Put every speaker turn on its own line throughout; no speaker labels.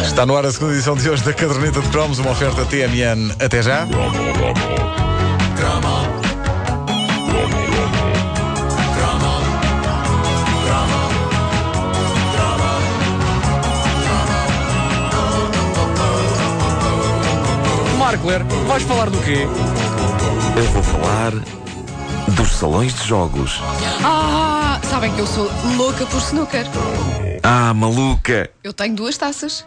Está no ar a segunda edição de hoje da Caderneta de Cromos, uma oferta TMN. Até já.
Marco, Ler, vais falar do quê?
Eu vou falar dos salões de jogos.
Ah, sabem que eu sou louca por snooker.
Ah, maluca!
Eu tenho duas taças.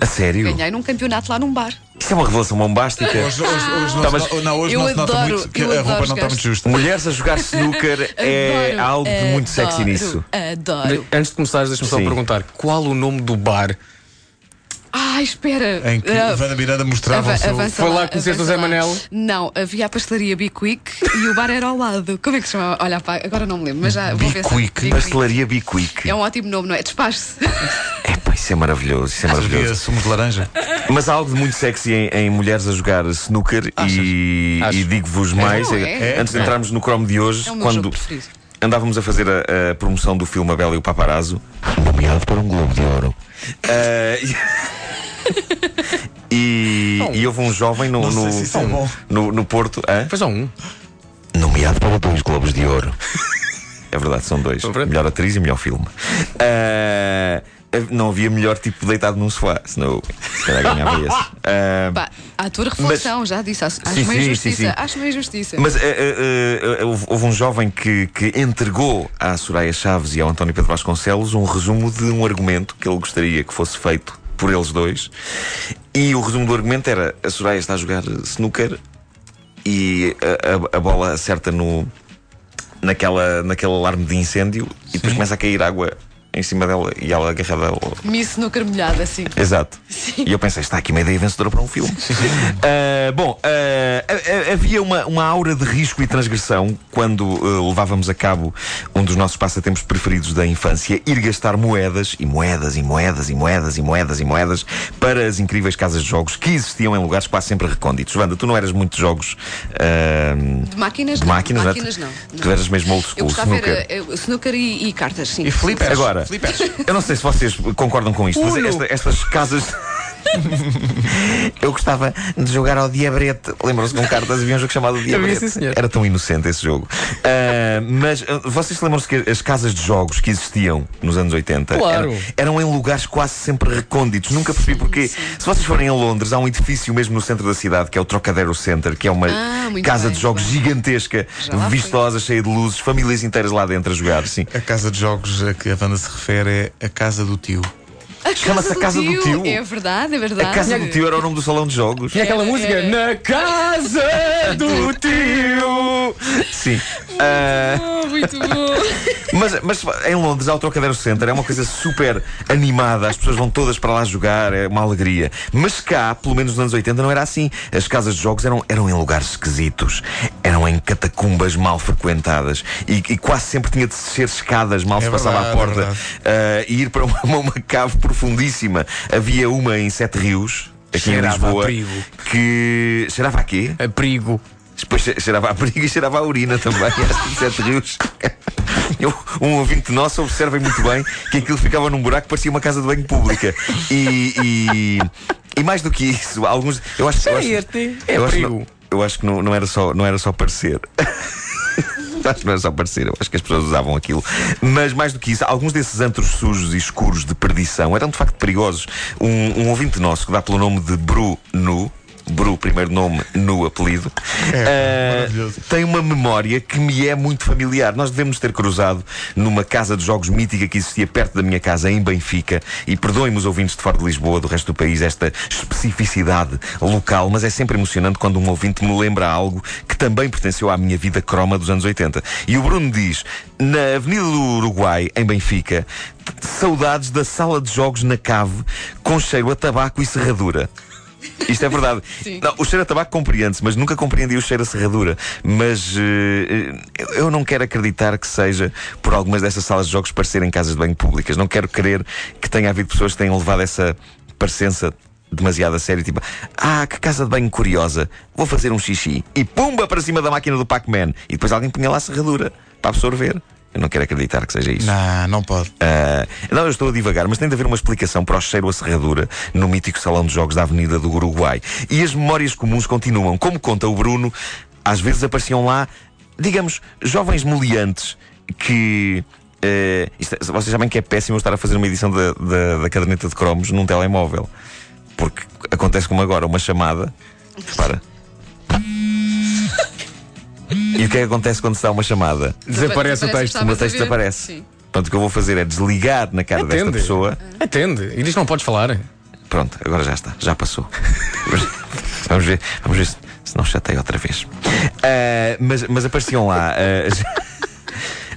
A sério?
Ganhei num campeonato lá num bar.
Isso é uma revelação bombástica.
Hoje, hoje- hoje não,
Tá,
se
mas
no- não, hoje
eu
não se nota
adoro,
muito que
eu
a roupa
adoro
não está
jogar.
muito justa.
Mulheres a jogar snooker é
Adoro,
algo de muito sexy
adoro,
nisso.
Adoro.
Antes de começares, deixa-me só
Sim.
perguntar qual o nome do bar?
Ah, espera.
É
Em que
Ah,
Vanda Miranda mostrava
ava-
o seu.
avança
Foi lá que conheceste
avança
o Zé
lá.
Manel?
Não, havia a pastelaria Big Quick e o bar era ao lado. Como é que se chamava? Olha, pá, agora não me lembro, mas já vou pensar.
Biquique, pastelaria Biquique.
É um ótimo nome, não é? Despache-se.
Epá, isso é maravilhoso, isso é
Havia
maravilhoso.
sumos de laranja.
Mas há algo de muito sexy em, em mulheres a jogar snooker e,
Achas?
e digo-vos mais,
Não, é.
antes de entrarmos no Chrome de hoje,
É o meu
quando
jogo preferido.
andávamos a fazer a, a promoção do filme A Bela e o Paparazzo, nomeado para um Globo de Ouro. Ah, e, e houve um jovem no,
Não sei
no,
se isso é bom.
no- no Porto, hã?
Foi só um.
Nomeado para dois Globos de Ouro. é verdade, são dois.
Compreendo.
Melhor atriz e melhor filme. Ah, não havia melhor tipo deitado num sofá, senão eu se calhar ganhava esse. Ah,
Pá, à tua reflexão, já disse. Acho, acho
Sim,
uma
sim,
injustiça.
sim, sim.
Acho uma injustiça.
mas eh, eh, eh, houve houve um jovem que, que entregou à Soraya Chaves e ao António Pedro Vasconcelos um resumo de um argumento que ele gostaria que fosse feito por eles dois. E o resumo do argumento era: a Soraya está a jogar snooker e a, a- a bola acerta no, naquela, naquele alarme de incêndio e depois começa a cair água em cima dela e ela agarrada ao,
Miss no carmelhado, assim.
Exato. E eu pensei, está aqui uma ideia vencedora para um filme. Ah, bom, ah, ah, ah, havia uma, uma aura de risco e transgressão quando ah, levávamos a cabo um dos nossos passatempos preferidos da infância, ir gastar moedas e moedas e moedas e moedas e moedas e moedas para as incríveis casas de jogos que existiam em lugares quase sempre recônditos. Wanda, tu não eras muito de jogos ah,
De máquinas?
de
não.
máquinas, não é?
máquinas não.
Tu eras mesmo old school,
Eu gostava
snooker.
era eh, snooker e, e cartas, sim.
E flippers.
Agora,
Flippers.
eu não sei se vocês concordam com isto, mas
Uno.
esta- estas casas. eu gostava de jogar ao diabrete. Lembram-se com cartas havia um jogo chamado
sim,
Diabrete.
senhor.
Era tão inocente esse jogo. Ah, mas ah, vocês lembram-se que as casas de jogos que existiam nos anos 80
Claro.
eram, eram em lugares quase sempre recônditos. Nunca percebi porquê. Se vocês forem a Londres, há um edifício mesmo no centro da cidade que é o Trocadero Center, que é uma
Ah, muito
casa
bem,
de jogos
claro.
gigantesca,
Já lá fui.
vistosa, cheia de luzes, famílias inteiras lá dentro a jogar. Sim.
A casa de jogos a que a Wanda se refere é a casa do tio.
A
Chama-se a casa do tio.
É verdade, é verdade.
A casa do tio era o nome do salão de jogos.
E é aquela música? Na casa do tio!
Sim. Ah,
Oh, muito bom.
mas, mas em Londres há o Trocadero Center, é uma coisa super animada, as pessoas vão todas para lá jogar, é uma alegria. Mas cá, pelo menos nos anos 80, não era assim. As casas de jogos eram, eram em lugares esquisitos, eram em catacumbas mal frequentadas e, e quase sempre tinha de descer escadas, mal
É
se passava
verdade,
à
é
porta.
verdade.
ah, e ir para uma, uma cave profundíssima. Havia uma em Sete Rios. Aqui
Cheirava
em
a
Lisboa,
perigo.
que cheirava a quê?
A perigo.
Depois che- cheirava a perigo e cheirava a urina também, às 17 rios. Eu- um ouvinte nosso observem muito bem que aquilo ficava num buraco que parecia uma casa de banho pública. E, e- e mais do que isso, alguns. Eu acho, eu acho,
Cheira-te. É
eu acho que
perigo.
não- eu acho que não, não era só, não era só parecer. Eu Acho que não era só parecer, eu acho que as pessoas usavam aquilo. Mas mais do que isso, alguns desses antros sujos e escuros de perdição eram de facto perigosos. Um, um ouvinte nosso que dá pelo nome de Bru Nu, Bru, primeiro nome, Nu, apelido,
É,
ah,
maravilhoso.
tem uma memória que me é muito familiar. Nós devemos ter cruzado numa casa de jogos mítica que existia perto da minha casa, em Benfica. E perdoem-me os ouvintes de fora de Lisboa, do resto do país, esta especificidade local, mas é sempre emocionante quando um ouvinte me lembra algo que também pertenceu à minha vida croma dos anos 80. E o Bruno diz: na Avenida do Uruguai, em Benfica, saudades da sala de jogos na cave, com cheiro a tabaco e serradura. Isto é verdade.
Sim.
Não, o cheiro a tabaco compreende-se, mas nunca compreendi o cheiro a serradura. Mas eh, eh, eu não quero acreditar que seja por algumas dessas salas de jogos parecerem casas de banho públicas. Não quero crer que tenha havido pessoas que tenham levado essa parecença demasiado a sério. Tipo, ah, que casa de banho curiosa. Vou fazer um xixi. E pumba para cima da máquina do Pac-Man. E depois alguém punha lá a serradura para absorver. Eu não quero acreditar que seja isso.
Não, não pode.
Ah, não, eu estou a divagar, mas tem de haver uma explicação para o cheiro a serradura no mítico salão de jogos da Avenida do Uruguai. E as memórias comuns continuam. Como conta o Bruno, às vezes apareciam lá, digamos, jovens meliantes que. eh, isto- vocês sabem que é péssimo eu estar a fazer uma edição da, da- da caderneta de cromos num telemóvel. Porque acontece como agora, uma chamada. Repara. E o que é que acontece quando se dá uma chamada?
Desaparece o texto.
estava
O meu
a
texto
saber.
desaparece.
Sim.
Portanto, o que eu vou fazer é desligar na cara desta
Atende.
pessoa.
Atende. E diz: não podes falar.
Pronto, agora já está, já passou. vamos ver, vamos ver se, se não chatei outra vez. Ah, mas, mas apareciam lá. ah, as-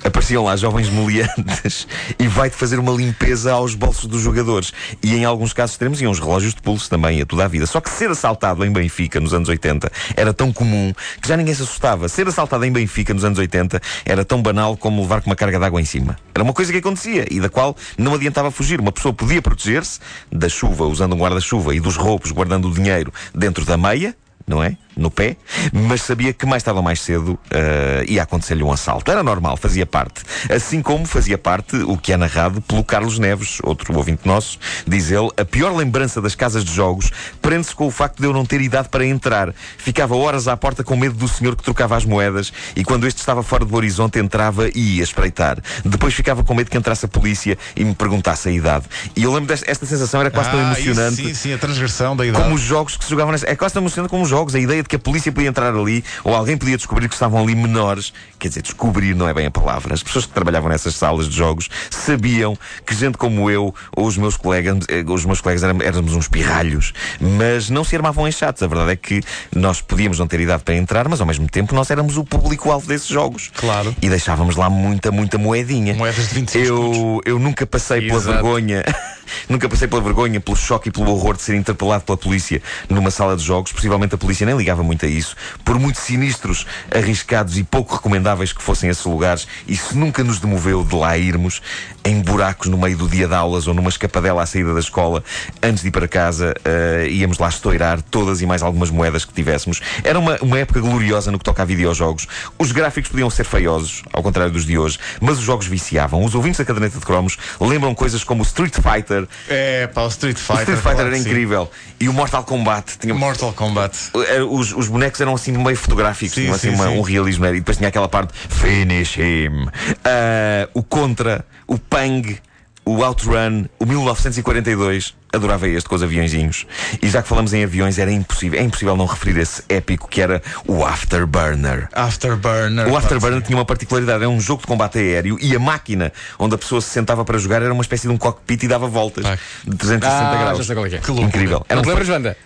Apareciam lá jovens moliantes e vai-te fazer uma limpeza aos bolsos dos jogadores. E em alguns casos extremos iam os relógios de pulso também, a toda a vida. Só que ser assaltado em Benfica nos anos 80 era tão comum que já ninguém se assustava. Ser assaltado em Benfica nos anos 80 era tão banal como levar com uma carga de água em cima. Era uma coisa que acontecia e da qual não adiantava fugir. Uma pessoa podia proteger-se da chuva usando um guarda-chuva e dos roubos guardando o dinheiro dentro da meia, não é? No pé, mas sabia que mais tarde ou mais cedo ah, ia acontecer-lhe um assalto. Era normal, fazia parte. Assim como fazia parte o que é narrado pelo Carlos Neves, outro ouvinte nosso, diz ele: a pior lembrança das casas de jogos prende-se com o facto de eu não ter idade para entrar. Ficava horas à porta com medo do senhor que trocava as moedas e quando este estava fora do horizonte entrava e ia espreitar. Depois ficava com medo que entrasse a polícia e me perguntasse a idade. E eu lembro desta esta sensação, era quase tão
Ah, isso,
emocionante.
sim, sim, a transgressão da idade.
Como os jogos que se jogavam nessa. É quase tão emocionante como os jogos. A ideia de que a polícia podia entrar ali ou alguém podia descobrir que estavam ali menores. Quer dizer, descobrir não é bem a palavra. As pessoas que trabalhavam nessas salas de jogos sabiam que gente como eu ou os meus colegas, eh, os meus colegas éram- éramos uns pirralhos, mas não se armavam em chatos. A verdade é que nós podíamos não ter idade para entrar, mas ao mesmo tempo nós éramos o público-alvo desses jogos.
Claro.
E deixávamos lá muita, muita moedinha.
Moedas de 25
Eu, eu nunca passei pela
Exato.
vergonha, nunca passei pela vergonha, pelo choque e pelo horror de ser interpelado pela polícia numa sala de jogos. Possivelmente a polícia nem ligava muito a isso. Por muito sinistros, arriscados e pouco recomendáveis que fossem esses lugares, isso nunca nos demoveu de lá irmos em buracos no meio do dia de aulas ou numa escapadela à saída da escola, antes de ir para casa, eh, íamos lá estourar todas e mais algumas moedas que tivéssemos. Era uma, uma época gloriosa no que toca a videojogos. Os gráficos podiam ser feiosos, ao contrário dos de hoje, mas os jogos viciavam. Os ouvintes da caderneta de cromos lembram coisas como o Street Fighter.
É, pá, o Street
o
Fighter. claro
Street Fighter era
que sim.
incrível. E o Mortal Kombat. Tinha...
Mortal Kombat.
eh, Os, os bonecos eram assim meio fotográficos,
Sim,
tinham assim
sim,
uma-
sim.
um realismo. né? E depois tinha aquela parte Finish him. Ah, o Contra, o Pang, o Outrun, o 1942. Adorava este com os aviõezinhos. E já que falamos em aviões, era impossível, é impossível não referir esse épico que era o Afterburner.
Afterburner.
O Afterburner tinha uma particularidade, era um jogo de combate aéreo e a máquina onde a pessoa se sentava para jogar era uma espécie de um cockpit e dava voltas
Pá.
de 360
Ah,
graus.
já sei qual é que é. Que
loucura.
Incrível. Era
Não
um
te lembras, Wanda?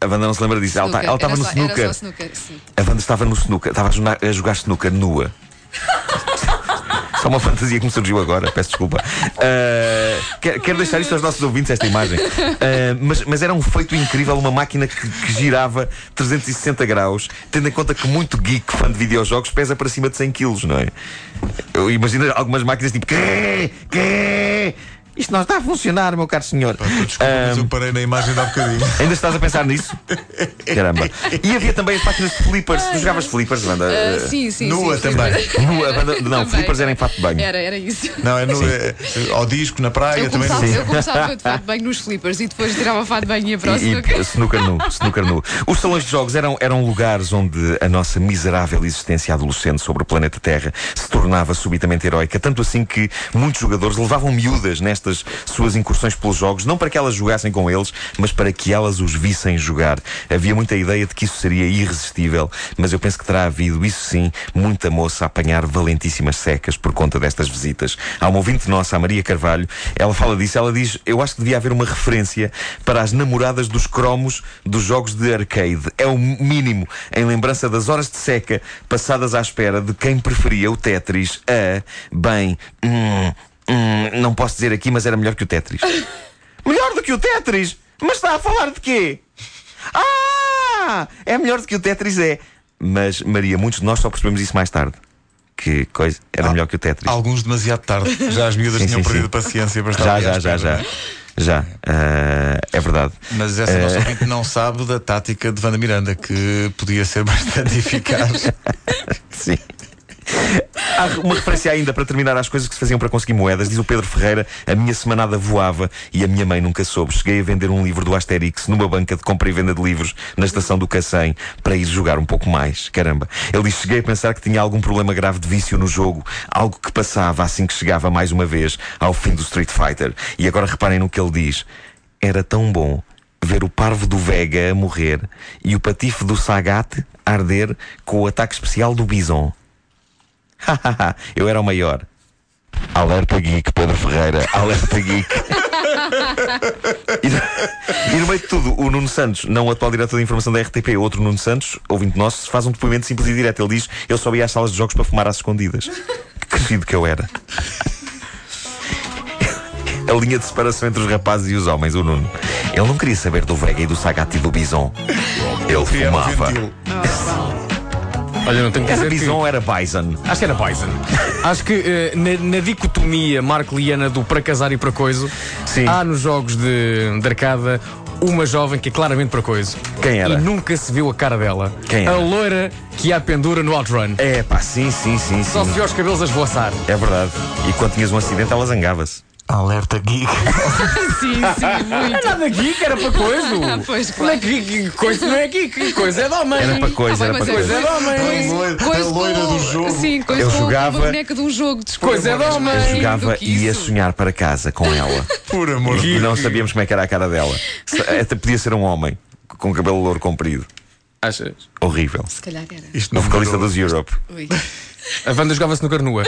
a Wanda não se lembra disso. Ela tá-
Snooker.
ela estava
Era
no
só-
snooker.
Era só snooker, sim.
A Wanda estava no snooker, estava a jogar, a jogar snooker nua. Só uma fantasia que me surgiu agora, peço desculpa. Ah, quero, quero deixar isto aos nossos ouvintes, esta imagem. Ah, mas, mas era um feito incrível, uma máquina que, que girava 360 graus, tendo em conta que muito geek, fã de videojogos, pesa para cima de 100 quilos, não é? Eu imagino algumas máquinas tipo. "Quê? Quê? Isto não está a funcionar, meu caro senhor. Eh,
Desculpa, mas eu parei na imagem de há bocadinho.
Ainda estás a pensar nisso? Caramba. E havia também as máquinas de flippers. Tu jogavas flippers, Wanda?
Ah,
Eh,
sim, sim.
Nua
sim,
também.
sim.
nu- a banda- Não,
Também.
flippers era em fato de banho.
Era, era isso.
Não, é no, é- é- ao disco, na praia,
Eu
também
começava,
não
eu começava de fato bem nos slippers e depois tirava o fato bem e a próxima.
E, e snooker nu, snooker nu. Os salões de jogos eram, eram lugares onde a nossa miserável existência adolescente sobre o planeta Terra se tornava subitamente heroica. Tanto assim que muitos jogadores levavam miúdas nestas suas incursões pelos jogos, não para que elas jogassem com eles, mas para que elas os vissem jogar. Havia muita ideia de que isso seria irresistível, mas eu penso que terá havido, isso sim, muita moça a apanhar valentíssimas secas por conta destas visitas. Há uma ouvinte nossa, a Maria Carvalho, ela fala disso, ela diz: Eu acho que devia haver uma referência para as namoradas dos cromos dos jogos de arcade. É o mínimo em lembrança das horas de seca passadas à espera de quem preferia o Tetris a. Bem, hum, hum, não posso dizer aqui, mas era melhor que o Tetris. Melhor do que o Tetris? Mas está a falar de quê? Ah! É melhor do que o Tetris é. Mas, Maria, muitos de nós só percebemos isso mais tarde. Que coisa.
Ah.
Era melhor que o Tetris.
Alguns demasiado tarde. Já as miúdas
Sim,
tinham
sim,
perdido
sim.
a paciência para estar
já,
ali à
já, já,
espera.
já. Já. Ah, é verdade. Ah,
Mas essa nossa ouvinte não sabe da tática de Wanda Miranda, que podia ser bastante eficaz.
Sim. Há uma referência ainda para terminar às coisas que se faziam para conseguir moedas. Diz o Pedro Ferreira: a minha semanada voava e a minha mãe nunca soube. Cheguei a vender um livro do Asterix numa banca de compra e venda de livros na estação do Cacém para ir jogar um pouco mais. Caramba. Ele diz: cheguei a pensar que tinha algum problema grave de vício no jogo, algo que passava assim que chegava mais uma vez ao fim do Street Fighter. E agora reparem no que ele diz: era tão bom. Ver o parvo do Vega a morrer e o patife do Sagat a arder com o ataque especial do Bison. Eu era o maior. Alerta Geek, Pedro Ferreira. Alerta Geek. e, no- e no meio de tudo, o Nuno Santos, não o atual diretor de informação da RTP, outro Nuno Santos, ouvinte nosso, faz um depoimento simples e direto. Ele diz: Eu só ia às salas de jogos para fumar às escondidas. Que crescido que eu era. A linha de separação entre os rapazes e os homens, o Nuno. Ele não queria saber do Vega e do Sagat e do Bison. Ele é
Criar um
fumava.
ventil.
Olha, não tenho que
Era
dizer.
Bison
Que...
ou era Bison?
Acho que era Bison. Acho que eh, na, na dicotomia marco-liana do para casar e para coisa,
Sim.
há nos jogos de, de arcada uma jovem que é claramente para coisa.
Quem era?
E nunca se viu a cara dela.
Quem
A
era?
loira que há pendura no outrun.
É pá, sim, sim, sim, sim.
Só se viu os cabelos a esvoaçar.
É verdade. E quando tinhas um acidente, ela zangava-se.
Alerta Geek.
Sim, sim, muito.
Nada geek, era para coisa.
Pois,
Não é
claro.
que, que coisa não é geek, que coisa é de homem.
Era para coisa,
Ah,
era
bem,
para
mas
coisa.
A
coisa-
coisa.
loira- a
coisa
loira
com-
do jogo.
Sim, coisa
Eu
com
jogava-
uma boneca de um jogo de
Coisa é de homem.
mas
Eu
mais
jogava
do que
e ia
isso.
sonhar para casa com ela.
Por amor de
e não sabíamos como é que era a cara dela. Se- Até podia ser um homem, com cabelo louro comprido.
Achas?
Horrível.
Se calhar era.
Isto
No
não
vocalista
mudou.
dos Europe.
Ui.
A Wanda jogava-se no carnua.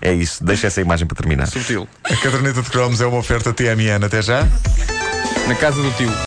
É isso. Deixa essa imagem para terminar.
Subtil.
A caderneta de cromos é uma oferta TMN. Até já.
Na casa do tio.